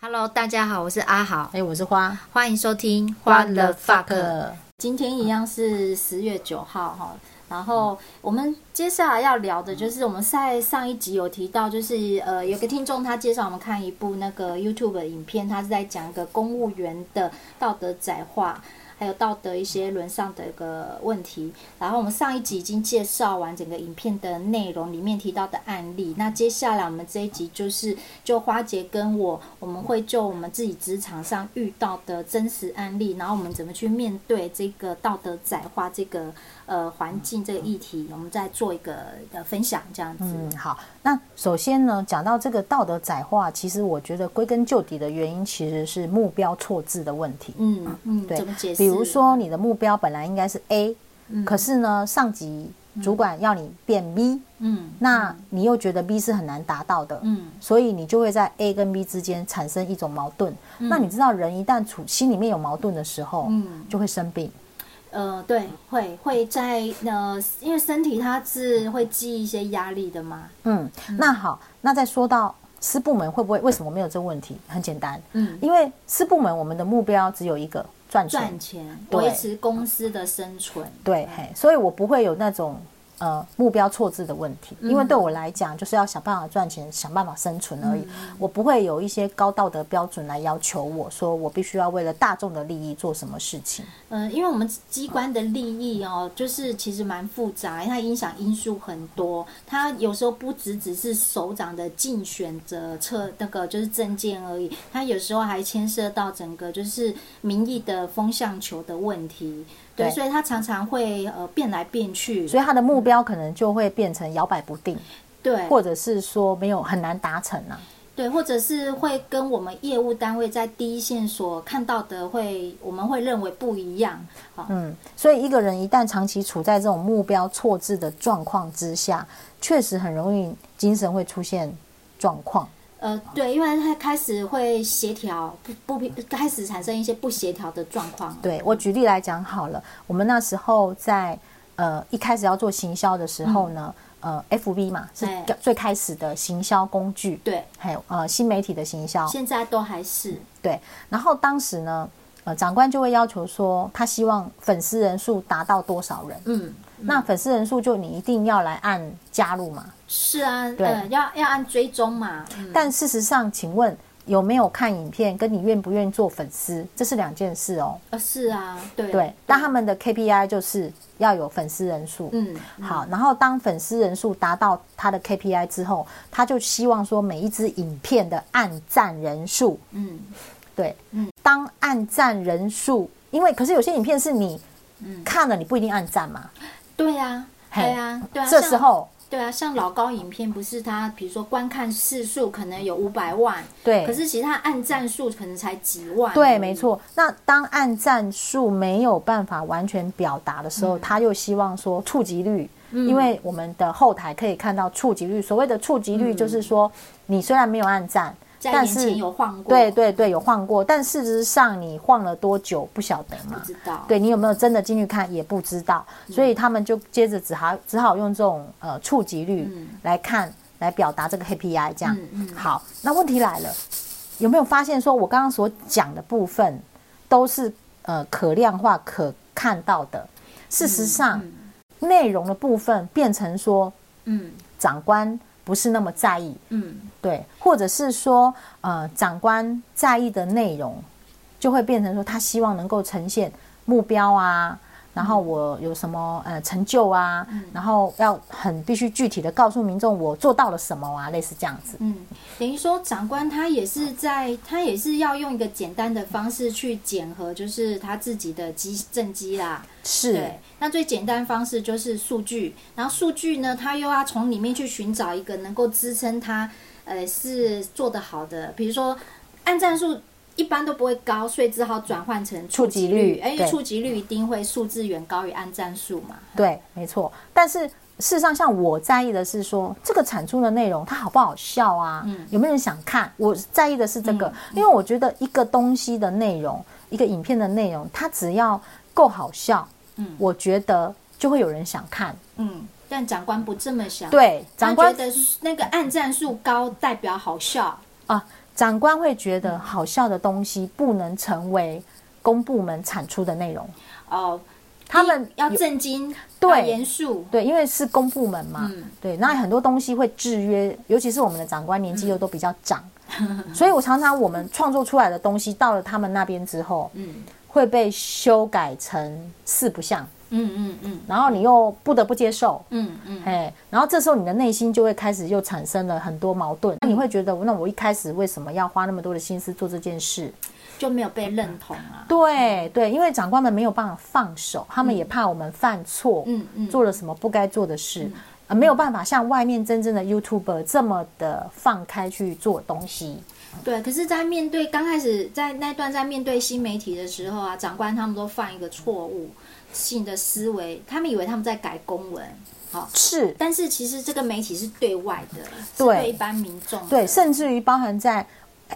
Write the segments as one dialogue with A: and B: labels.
A: Hello，大家好，我是阿豪，
B: 哎、我是花
A: 欢迎收听《
B: 花
A: 花
B: 了
A: 了 fuck》。
B: fuck，
C: 今天一样是十月九号哈，然后
A: 嗯
C: 我们接下来要聊的就是我们在上一集有提到，就是呃有个听众他介绍我们看一部那个 YouTube 的影片，他是在讲一个公务员的道德窄化。还有道德一些沦丧的一个问题，然后我们上一集已经介绍完整个影片的内容，里面提到的案例。那接下来我们这一集就是就花姐跟我，我们会就我们自己职场上遇到的真实案例，然后我们怎么去面对这个道德窄化这个呃环境这个议题，我们再做一个呃分享这样子。
B: 嗯，好。那首先呢，讲到这个道德窄化，其实我觉得归根究底的原因其实是目标错置的问题。
C: 嗯嗯，
B: 对
C: 怎么解释？
B: 比如说，你的目标本来应该是 A，、可是呢，上级主管要你变 B，、
C: 嗯，
B: 那你又觉得 B 是很难达到的，
C: 嗯，
B: 所以你就会在 A 跟 B 之间产生一种矛盾。那你知道，人一旦处心里面有矛盾的时候，
C: 嗯
B: 就会生病。
C: 呃，对，会会在呃，因为身体它是会记一些压力的嘛。
B: 嗯，那好，那再说到私部门会不会为什么没有这个问题？很简单，
C: 嗯，
B: 因为私部门我们的目标只有一个赚钱，
C: 赚钱，
B: 对
C: 维持公司的生存。
B: 对，嘿，所以我不会有那种呃目标错置的问题，因为对我来讲就是要想办法赚钱，想办法生存而已，我不会有一些高道德标准来要求我说我必须要为了大众的利益做什么事情。
C: 嗯，因为我们机关的利益哦，就是其实蛮复杂，它影响因素很多。它有时候不只只是首长的竞选者策那个就是证件而已，它有时候还牵涉到整个就是民意的风向球的问题。对，
B: 对
C: 所以它常常会呃变来变去。
B: 所以他的目标可能就会变成摇摆不定，
C: 对，
B: 或者是说没有很难达成啊。
C: 对，或者是会跟我们业务单位在第一线所看到的会，我们会认为不一样。好，
B: 嗯，所以一个人一旦长期处在这种目标错置的状况之下，确实很容易精神会出现状况。
C: 呃，对，因为他开始会协调不不平，开始产生一些不协调的状况。
B: 对我举例来讲好了，我们那时候在呃一开始要做行销的时候呢，呃，FB 嘛是
C: 对
B: 最开始的行销工具，
C: 对，
B: 还有呃新媒体的行销，
C: 现在都还是
B: 对。然后当时呢，呃，长官就会要求说，他希望粉丝人数达到多少人，
C: 嗯，
B: 那粉丝人数就你一定要来按加入嘛。
C: 是啊，
B: 对
C: 呃，要要按追踪嘛。嗯、
B: 但事实上，请问有没有看影片，跟你愿不愿意做粉丝，这是两件事哦。
C: 呃，是啊，对
B: 对，但他们的 KPI 就是要有粉丝人数，
C: 嗯，
B: 好，然后当粉丝人数达到他的 KPI 之后，他就希望说每一支影片的按赞人数，
C: 嗯
B: 对，
C: 嗯
B: 当按赞人数，因为可是有些影片是你
C: 嗯
B: 看了你不一定按赞嘛，
C: 对呀、
B: 嘿
C: 对呀，对啊，
B: 这
C: 像
B: 时候
C: 对啊，像老高影片不是他，比如说观看次数可能有五百万，
B: 对
C: 可是其实他按赞数可能才几万，
B: 对，没，错。那当按赞数没有办法完全表达的时
C: 嗯
B: 候，他又希望说触及率，因为我们的后台可以看到触及率。所谓的触及率，就是说、你虽然没有按赞，
C: 嗯在
B: 但
C: 眼
B: 是
C: 前有晃过，
B: 对，对对有晃过，但事实上你晃了多久不晓得嘛
C: 不？知道，
B: 对你有没有真的进去看也不知道，
C: 嗯
B: 所以他们就接着只好只好用这种呃触及率
C: 嗯
B: 来看、来表达这个 KPI 这样。
C: 嗯嗯
B: 好，那问题来了，有没有发现说我刚刚所讲的部分都是呃可量化、可看到的？事实上，内容的部分变成说
C: 嗯
B: 长官不是那么在意，
C: 嗯
B: 对，或者是说，呃，长官在意的内容，就会变成说他希望能够呈现目标啊，然后我有什么呃成就啊，然后要很必须具体的告诉民众我做到了什么啊，类似这样子。
C: 嗯，等于说长官他也是在，他也是要用一个简单的方式去检核，就是他自己的机政绩啦，
B: 是
C: 对，那最简单方式就是数据，然后数据呢，它又要从里面去寻找一个能够支撑它，呃，是做得好的，比如说按战术。一般都不会高，所以只好转换成
B: 触及率
C: 哎，因
B: 对
C: 为触及率一定会数字远高于按战术嘛。
B: 对，没错。但是事实上，像我在意的是说这个产出的内容它好不好笑啊，
C: 嗯
B: 有没有人想看？我在意的是这个，因为我觉得一个东西的内容，一个影片的内容，它只要够好笑，
C: 嗯
B: 我觉得就会有人想看。
C: 嗯，但长官不这么想，
B: 对，
C: 他
B: 长官
C: 觉得那个按战术高代表好笑，嗯
B: 啊，长官会觉得好笑的东西不能成为公部门产出的内容，
C: 哦，
B: 他们
C: 要
B: 有
C: 震惊，
B: 对
C: 要严肃，
B: 对，因为是公部门嘛，
C: 嗯
B: 对，那很多东西会制约，尤其是我们的长官年
C: 嗯
B: 纪又都比较 长，所以我常常我们创作出来的东西到了他们那边之后，
C: 嗯
B: 会被修改成四不像，
C: 嗯嗯嗯
B: 然后你又不得不接受，
C: 嗯嗯，
B: 哎，然后这时候你的内心就会开始又产生了很多矛盾，那你会觉得，那我一开始为什么要花那么多的心思做这件事？
C: 就没有被认同啊。
B: 对对，因为长官们没有办法放手，他们也怕我们犯错，
C: 嗯嗯，
B: 做了什么不该做的事，呃，没有办法像外面真正的 YouTuber 这么的放开去做东西。
C: 对。可是，在面对刚开始在那段在面对新媒体的时候啊，长官他们都犯一个错误性的思维，他们以为他们在改公文，好、
B: 是，
C: 但是其实这个媒体是对外的，是
B: 对
C: 对一般民众的，
B: 对，甚至于包含在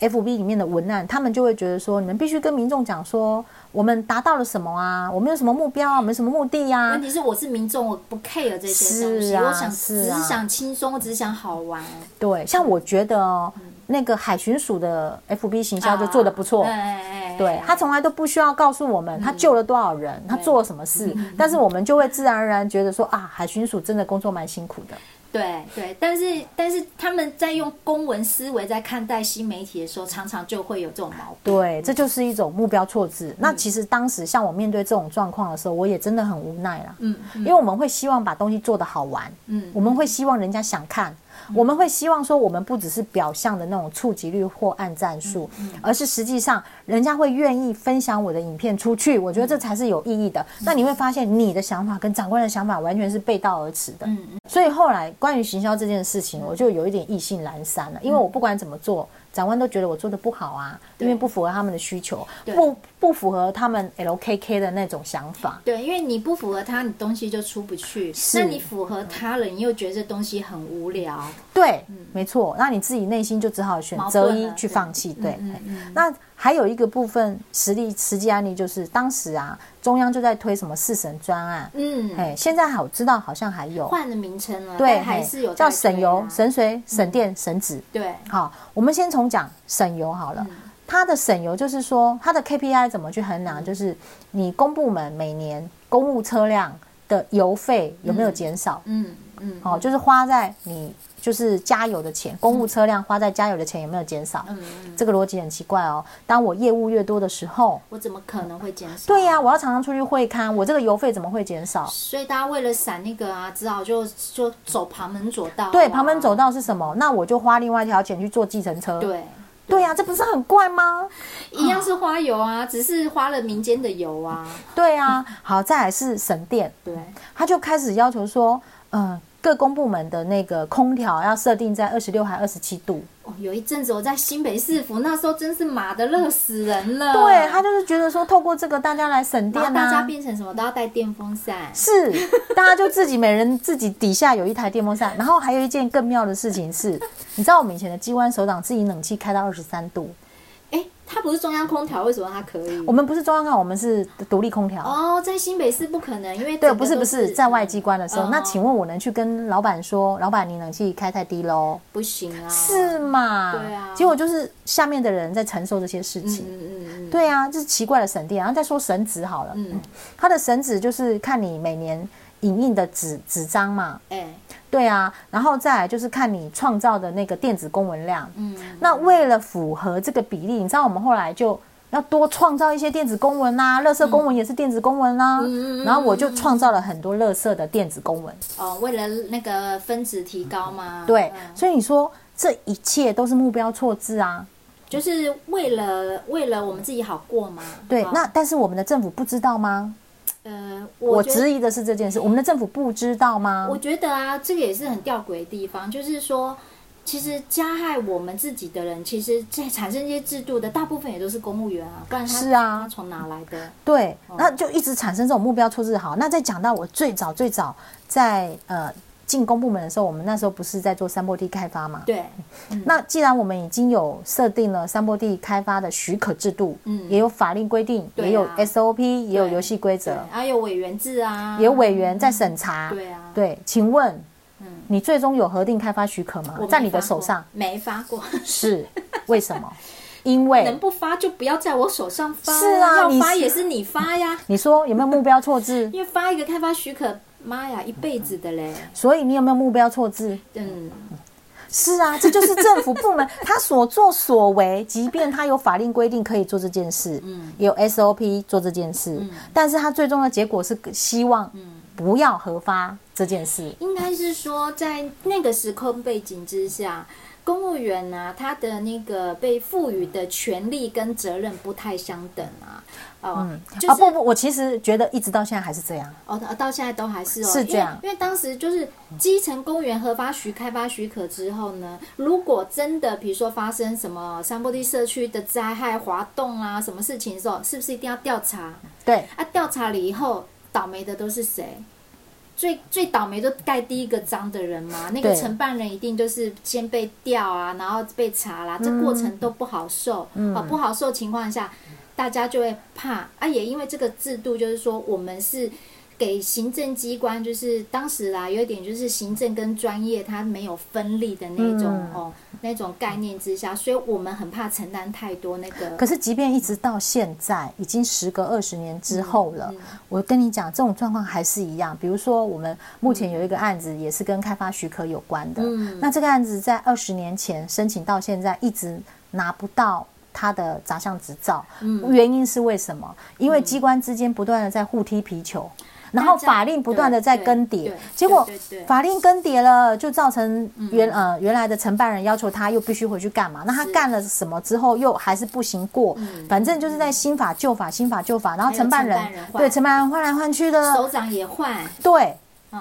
B: FB 里面的文案，他们就会觉得说，你们必须跟民众讲说，我们达到了什么啊，我们有什么目标啊，我们有什么目的啊。
C: 问题是我是民众，我不 care 这些东西，
B: 是啊
C: 我想
B: 是
C: 只
B: 啊
C: 是想轻松，我只是想好玩。
B: 对，像我觉得哦，
C: 嗯
B: 那个海巡署的 FB 行销就做得不错。
C: 哎哎哎
B: 对他从来都不需要告诉我们他救了多少人，他做了什么事，但是我们就会自然而然觉得说啊，海巡署真的工作蛮辛苦的。
C: 对对，但是但是他们在用公文思维在看待新媒体的时候，常常就会有这种毛病。
B: 对，这就是一种目标错置。那其实当时像我面对这种状况的时候，我也真的很无奈啦，
C: 嗯
B: 因为我们会希望把东西做得好玩，
C: 嗯
B: 我们会希望人家想看，我们会希望说我们不只是表象的那种触及率或按赞数，
C: 嗯
B: 而是实际上人家会愿意分享我的影片出去，我觉得
C: 嗯
B: 这才是有意义的。那你会发现你的想法跟长官的想法完全是背道而驰的。
C: 嗯嗯，
B: 所以后来关于行销这件事情，我就有一点意兴阑珊
C: 嗯
B: 了，因为我不管怎么做，长官都觉得我做的不好啊，因为不符合他们的需求，
C: 对
B: 不不符合他们 LKK 的那种想法。
C: 对，因为你不符合他，你东西就出不去；
B: 是嗯
C: 那你符合他了，你又觉得这东西很无聊。
B: 对，没错，那你自己内心就只好选
C: 嗯矛
B: 择
C: 盾
B: 一
C: 了
B: 去
C: 对
B: 放弃。对，
C: 嗯
B: 哎
C: 嗯
B: 那还有一个部分实例实际案例就是，当时啊，中央就在推什么四省专案，
C: 嗯，
B: 哎，现在好知道好像还有，
C: 换了名称了，
B: 对，
C: 但还
B: 嘿
C: 是有
B: 叫
C: 在推
B: 省油、
C: 啊
B: 省水、省电、省纸。
C: 对，
B: 好，我们先从讲省油好
C: 嗯
B: 了。它的省油就是说，它的 KPI 怎么去衡
C: 嗯
B: 量？就是你公部门每年公务车辆的油费有没有减少？
C: 嗯嗯
B: 哦，就是花在你就是加油的钱，公务车辆花在加油的钱有没有减少？
C: 嗯嗯，
B: 这个逻辑很奇怪哦。当我业务越多的时候，
C: 我怎么可能会减少？
B: 对呀、我要常常出去会刊，我这个油费怎么会减少？
C: 所以大家为了闪那个啊，只好就就走旁门左道啊、
B: 对，旁门走道啊是什么？那我就花另外一条钱去坐计程车。
C: 对，
B: 对呀、这不是很怪吗？
C: 一样是花油啊，只是花了民间的油啊，
B: 对啊，好，再来是省电，
C: 对，
B: 他就开始要求说，呃，各公部门的那个空调要设定在二十六还二十七度。
C: 哦，有一阵子我在新北市府，那时候真是马的热死人了。
B: 对他就是觉得说，透过这个大家来省
C: 嗯然
B: 电
C: 后大家
B: 啊。
C: 变成什么都要带电风扇，
B: 是，大家就自己每人自己底下有一台电风扇，然后还有一件更妙的事情是，你知道我们以前的机关首长自己冷气开到二十三度，
C: 哎，它不是中央空调，为什么它可以？
B: 我们不是中央空调，我们是独立空调。
C: 哦，在新北市不可能，因为整
B: 对，
C: 个
B: 不是
C: 都
B: 不是，在外机
C: 嗯
B: 关的时候，
C: 嗯
B: 那请问我能去跟老板说，老板你冷气开太低喽？
C: 不行啊，
B: 是嘛？
C: 对啊
B: 结果就是下面的人在承受这些事
C: 嗯
B: 情。
C: 嗯嗯嗯，
B: 对啊，这是奇怪的省电。然后再说省纸好了，
C: 嗯，
B: 它的省纸就是看你每年影印的纸纸张嘛，
C: 哎，
B: 对啊，然后再来就是看你创造的那个电子公文量。
C: 嗯，
B: 那为了符合这个比例，你知道我们后来就要多创造一些电子公文啦、垃圾公文也是电子公文啦、
C: 嗯嗯嗯
B: 然后我就创造了很多垃圾的电子公文。
C: 哦，为了那个分值提高嘛，
B: 对，
C: 嗯
B: 所以你说这一切都是目标错置啊。
C: 就是为了为了我们自己好过嘛。
B: 对，
C: 哦
B: 那但是我们的政府不知道吗？
C: 呃，
B: 我
C: 我觉
B: 质
C: 得
B: 疑的是这件事，我们的政府不知道吗
C: 我？觉得啊，这个也是很吊诡的地方，就是说，其实加害我们自己的人，其实这产生这些制度的大部分也都是公务员啊，不然他
B: 是啊
C: 他从哪来的？
B: 对，
C: 哦
B: 那就一直产生这种目标错置。好，那再讲到我最早最早在呃进公部门的时候，我们那时候不是在做山坡地开发嘛？
C: 对，
B: 那既然我们已经有设定了山坡地开发的许可制度，
C: 嗯
B: 也有法令规定，
C: 对啊
B: 也有 SOP，也有
C: 对
B: 游戏规
C: 对
B: 则，，
C: 还有委员制啊，
B: 也有委员在审查。
C: 对啊，
B: 对，请问
C: 嗯，
B: 你最终有核定开发许可吗
C: 我没？
B: 在你的
C: 发
B: 手
C: 过
B: 上
C: 没发过，
B: 是，为什 么？因为
C: 能不发就不要在我手上发、
B: 是啊
C: 要
B: 你
C: 发
B: 是
C: 也是你发呀，
B: 你说有没有目标错字？
C: 因为发一个开发许可，妈呀，一辈子的嘞，
B: 所以你有没有目标错字？
C: 嗯，
B: 是啊，这就是政府部门 他所作所为，即便他有法令规定可以做这件事，
C: 嗯
B: 也有 SOP 做这件事，但是他最终的结果是希望
C: 嗯
B: 不要核发这件事。
C: 应该是说在那个时空背景之下。公务员呢、他的那个被赋予的权利跟责任不太相等啊，哦，就
B: 啊
C: 是
B: 不不，我其实觉得一直到现在还是这样。
C: 哦，到到现在都还是哦，
B: 是这样
C: 因为，因为当时就是基层公园核发许开发许可之后呢，如果真的比如说发生什么山坡地社区的灾害、滑动啊什么事情的时候，是不是一定要调查？
B: 对，
C: 啊，调查了以后，倒霉的都是谁？最最倒霉就盖第一个章的人嘛，那个
B: 对
C: 承办人一定就是先被调啊，然后被查啦，这过
B: 嗯
C: 程都不好受，啊不好受情况下，大家就会怕啊，也因为这个制度，就是说我们是给行政机关，就是当时啦，有一点就是行政跟专业它没有分立的那种、
B: 嗯
C: 哦那种概念之下，所以我们很怕承担太多那个
B: 可是即便一直到现在，已经时隔二十年之后了，
C: 嗯
B: 我跟你讲，这种状况还是一样。比如说，我们目前有一个案子，也是跟开发许可有关的。
C: 嗯
B: 那这个案子在二十年前申请到现在，一直拿不到。它的杂项执照，
C: 嗯
B: 原因是为什么？因为机关之间不断的在互踢皮球，然后
C: 大家
B: 法令不断的在
C: 对
B: 更
C: 对
B: 迭
C: 对，
B: 结果
C: 对对
B: 法令更迭了，就造成
C: 嗯
B: 原呃原来的承办人要求他又必须回去干嘛？那他
C: 是嗯
B: 干了什么之后又还是不行过，反正就是在新法旧法新法旧法，然后
C: 还有
B: 承办
C: 承
B: 人
C: 办人换
B: 对承办人换来换去的，
C: 首长也换。
B: 对
C: 嗯，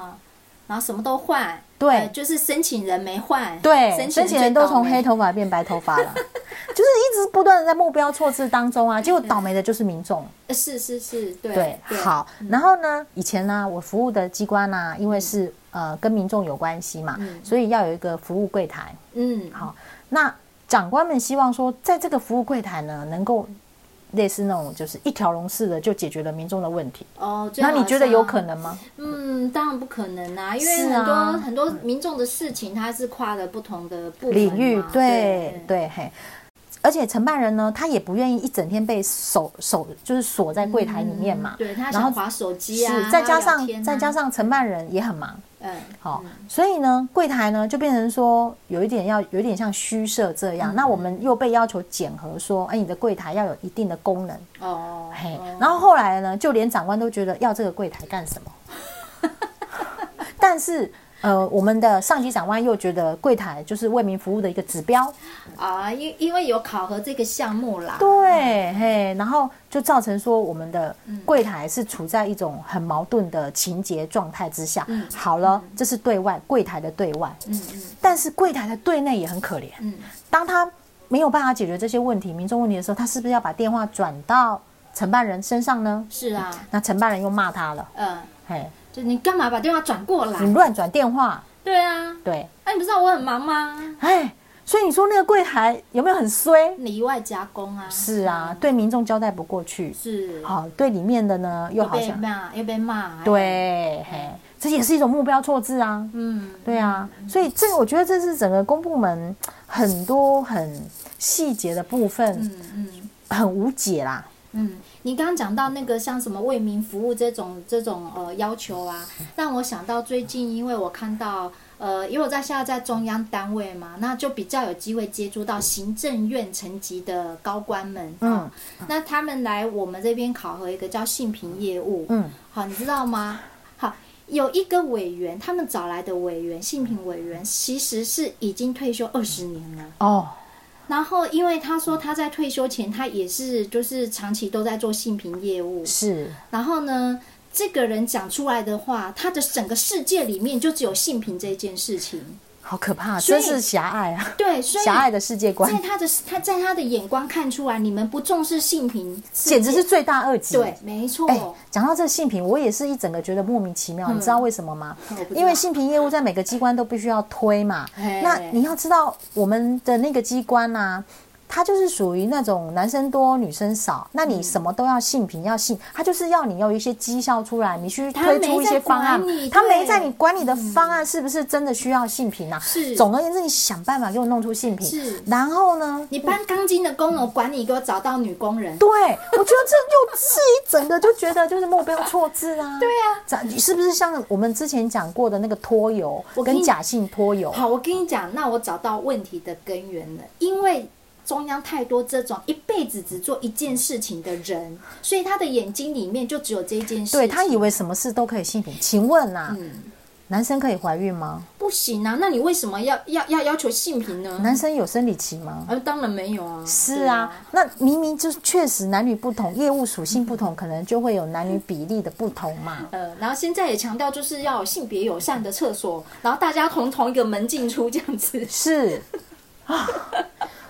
C: 然后什么都换，
B: 对
C: 呃就是申请人没换，
B: 对，申请人都从黑
C: 头，
B: 头发变白头发了， 就是一直不断的在目标错置 当中啊，结果倒霉的就是民众。
C: 呃是是是，对嗯
B: 对，好。然后呢，以前呢、我服务的机关呢、因为是呃跟民众有关系嘛，
C: 嗯
B: 所以要有一个服务柜台。
C: 嗯，好，
B: 好，那长官们希望说，在这个服务柜台呢，能够类似那种就是一条龙式的就解决了民众的问题。
C: 哦，最
B: 那
C: 好
B: 你觉得有可
C: 是啊？
B: 能吗？
C: 嗯，当然不可能啊，因为
B: 是
C: 很多、
B: 啊
C: 很多民众的事情，它是跨了不同的部门嘛
B: 领域，对
C: 对，
B: 对嘿。而且承办人呢，他也不愿意一整天被守守，就是锁在柜台里面嘛。
C: 嗯对他
B: 然后
C: 想划手机啊，
B: 是，
C: 他
B: 再
C: 要
B: 加
C: 聊
B: 上、
C: 天啊
B: 再加，上承办人也很忙，
C: 嗯，
B: 好、所以呢，柜台呢就变成说有一点要有一点像虚设这
C: 嗯
B: 样。那我们又被要求检核说，哎，你的柜台要有一定的功能，
C: 哦，
B: 嘿
C: 哦，
B: 哎然后后来呢，就连长官都觉得要这个柜台干什么？ 但是呃，我们的上级长官又觉得柜台就是为民服务的一个指标，
C: 啊，因因为有考核这个项目啦，
B: 对，嘿，然后就造成说我们的
C: 嗯
B: 柜台是处在一种很矛盾的情节状态之下。
C: 嗯
B: 好了，这是对外柜台的对外，
C: 嗯嗯
B: 但是柜台的对内也很可怜。
C: 嗯，
B: 当他没有办法解决这些问题、民众问题的时候，他是不是要把电话转到承办人身上呢？
C: 是啊，
B: 那承办人又骂他了，
C: 嗯，
B: 嘿，
C: 就你干嘛把电话转过来？
B: 你乱转电话，
C: 对啊，
B: 对，
C: 哎、你不知道我很忙吗？
B: 哎，所以你说那个柜台有没有很衰？
C: 里外夹攻啊，
B: 是啊，对民众交代不过去，
C: 是，
B: 好，对里面的呢又
C: 又
B: 好
C: 被
B: 像
C: 骂，又被骂，，啊
B: 对，嘿，这也是一种目标错置啊，
C: 嗯，
B: 对啊，所以这我觉得这是整个公部门很多很细节的部分
C: 嗯嗯
B: 很无解啦，
C: 嗯，你刚刚讲到那个像什么为民服务这种这种呃要求啊，让我想到最近，因为我看到呃，因为我在现在在中央单位嘛，那就比较有机会接触到行政院层级的高官们，
B: 嗯
C: 那他们来我们这边考核一个叫性平业务，
B: 嗯，
C: 好，你知道吗？好，有一个委员，他们找来的委员，性平委员，其实是已经退休二十年了。
B: 哦，
C: 然后，因为他说他在退休前，他也是就是长期都在做性平业务。
B: 是，
C: 然后呢，这个人讲出来的话，他的整个世界里面就只有性平这件事情。
B: 好可怕，
C: 所以
B: 真是狭隘啊，
C: 对，所以
B: 狭隘的世界观
C: 在，他的他在他的眼光看出来，你们不重视性平，
B: 简直是罪大恶极。
C: 对，没错。
B: 哎，讲到这个性平，我也是一整个觉得莫名其妙，你知道为什么吗
C: 嗯我不知？道
B: 因为性平业务在每个机关都必须要推嘛
C: 嘿。
B: 那你要知道，我们的那个机关呐、他就是属于那种男生多女生少，那
C: 嗯
B: 你什么都要性平，要性，他就是要你有一些绩效出来，你去
C: 他
B: 推出
C: 没
B: 一
C: 在
B: 些方案
C: 管你，
B: 他没
C: 对嗯
B: 在你管你的方案是不是真的需要性平啊？
C: 是
B: 总而言之，你想办法给我弄出性
C: 是
B: 平，然后呢？
C: 你搬钢筋的工人，我管你给我找到女工人。
B: 对，我觉得这又是一整个就觉得就是目标错字啊。对
C: 啊
B: 啊，是不是像我们之前讲过的那个拖油
C: 我跟
B: 跟
C: 你
B: 假性拖油？
C: 好，我跟你讲，那我找到问题的根源了，因为中央太多这种一辈子只做一件事情的人，所以他的眼睛里面就只有这件事情。
B: 对他以为什么事都可以性平？请问啊，
C: 嗯
B: 男生可以怀孕吗？
C: 不行啊，那你为什么要要要要求性平呢？
B: 男生有生理期吗？
C: 呃，当然没有嗯啊。
B: 是
C: 对
B: 啊，那明明就是确实男女不同，业务属性不同，可能就会有男女比例的不同嘛。
C: 呃，然后现在也强调就是要有性别友善的厕所，然后大家同同一个门进出这样子。
B: 是 啊，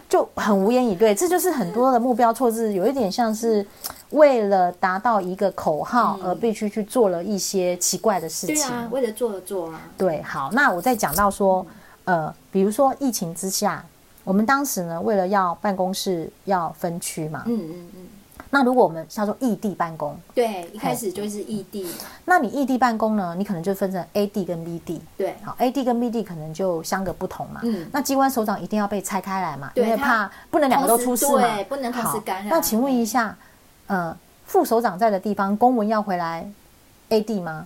B: 就很无言以对。这就是很多的目标错字，有一点像是为了达到一个口号而必须去做了一些奇怪的
C: 嗯
B: 事
C: 对
B: 情。
C: 啊，为了做而做啊。
B: 对，好，那我再讲到说，呃，比如说疫情之下，我们当时呢，为了要办公室要分区嘛，
C: 嗯嗯嗯，
B: 那如果我们叫做异地办公，
C: 对，一开始就是异地，
B: 那你异地办公呢，你可能就分成 A D 跟 B D。
C: 对，
B: 好，A D 跟 B D 可能就相隔不同嘛。
C: 嗯
B: 那机关首长一定要被拆开来嘛，
C: 对
B: 因为怕不能两个都出事
C: 同时
B: 嘛
C: 对，不能同时
B: 好
C: 感染
B: 那请问一下，呃，副首长在的地方，公文要回来 A D 吗？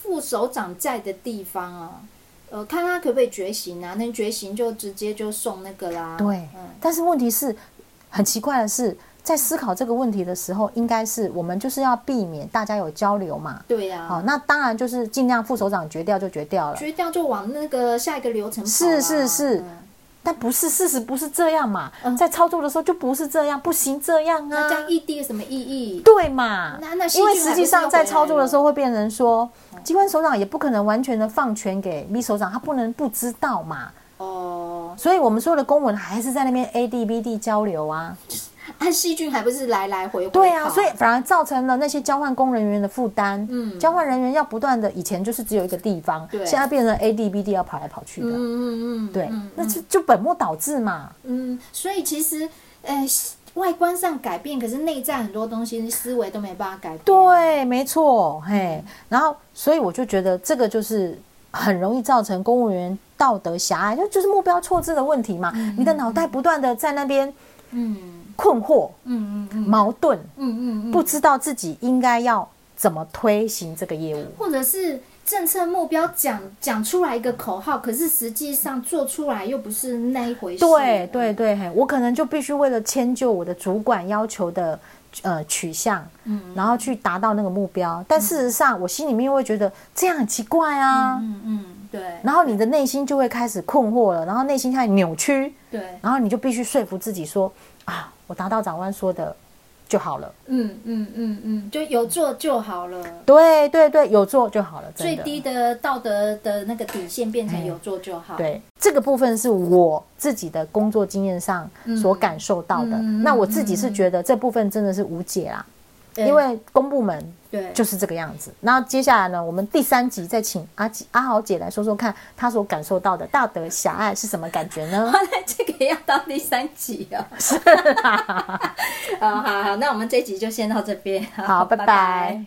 C: 副首长在的地方啊，呃，看他可不可以觉醒啊？能觉醒就直接就送那个啦。
B: 对。
C: 嗯，
B: 但是问题是，很奇怪的是，在思考这个问题的时候，应该是我们就是要避免大家有交流嘛。
C: 对啊呀、
B: 好，那当然就是尽量副首长决掉就决掉了。
C: 决掉就往那个下一个流程跑
B: 是
C: 啦
B: 是是
C: 嗯
B: 但不是事实，不是这样嘛
C: 嗯？
B: 在操作的时候就不是这样，不行这样
C: 那
B: 啊
C: 这，样异地有什么意义？
B: 对嘛？
C: 那那细
B: 因
C: 菌
B: 为
C: 还
B: 实
C: 不
B: 际
C: 是又
B: 上在
C: 回来
B: 操作的
C: 了
B: 时候会变成说，机关首长也不可能完全的放权给 B 首长，他不能不知道嘛。
C: 哦，
B: 所以我们所有的公文还是在那边 A D B D 交流啊，
C: 那细菌还不是来来回回？
B: 对啊，所以反而造成了那些交换工人员的负担。
C: 嗯
B: 交换人员要不断的，以前就是只有一个地方，
C: 对
B: 现在变成 A D B D 要跑来跑去
C: 嗯嗯
B: 的，
C: 嗯，
B: 对
C: 嗯，
B: 那就就本末倒置嘛。
C: 嗯，所以其实，呃，外观上改变，可是内在很多东西思维都没办法改变。，
B: 对，没错，嘿，然后所以我就觉得这个就是很容易造成公务员道德狭隘，就就是目标错置的问题嘛。你的脑袋不断的在那边
C: 嗯
B: 困惑、
C: 嗯嗯嗯
B: 矛盾，
C: 嗯嗯嗯，
B: 不知道自己应该要怎么推行这个业务。
C: 或者是政策目标讲讲出来一个口号，可是实际上做出来又不是那一回事。
B: 对对，对，嘿，我可能就必须为了迁就我的主管要求的呃取向，
C: 嗯
B: 然后去达到那个目标。但事实上，我心里面会觉得这样很奇怪啊。
C: 嗯嗯，对
B: 然后你的内心就会开始困惑了，然后内心开始扭曲，
C: 对，
B: 然后你就必须说服自己说啊，我达到长官说的就好了。
C: 嗯嗯嗯嗯，就有做就好了。
B: 对对对，有做就好了，真
C: 最
B: 的
C: 低的道德的那个底线变成有做就好。，
B: 对这个部分是我自己的工作经验上所感受到的。
C: 嗯嗯嗯
B: 那我自己是觉得这部分真的是无解啦，因为公部门
C: 对，
B: 就是这个样子。那接下来呢，我们第三集再请阿姐阿豪姐来说说看，她所感受到的道德狭隘是什么感觉 呢？
C: 这个要到第三集 哦。是啊，好好，那我们这集就先到这边。
B: 好，拜拜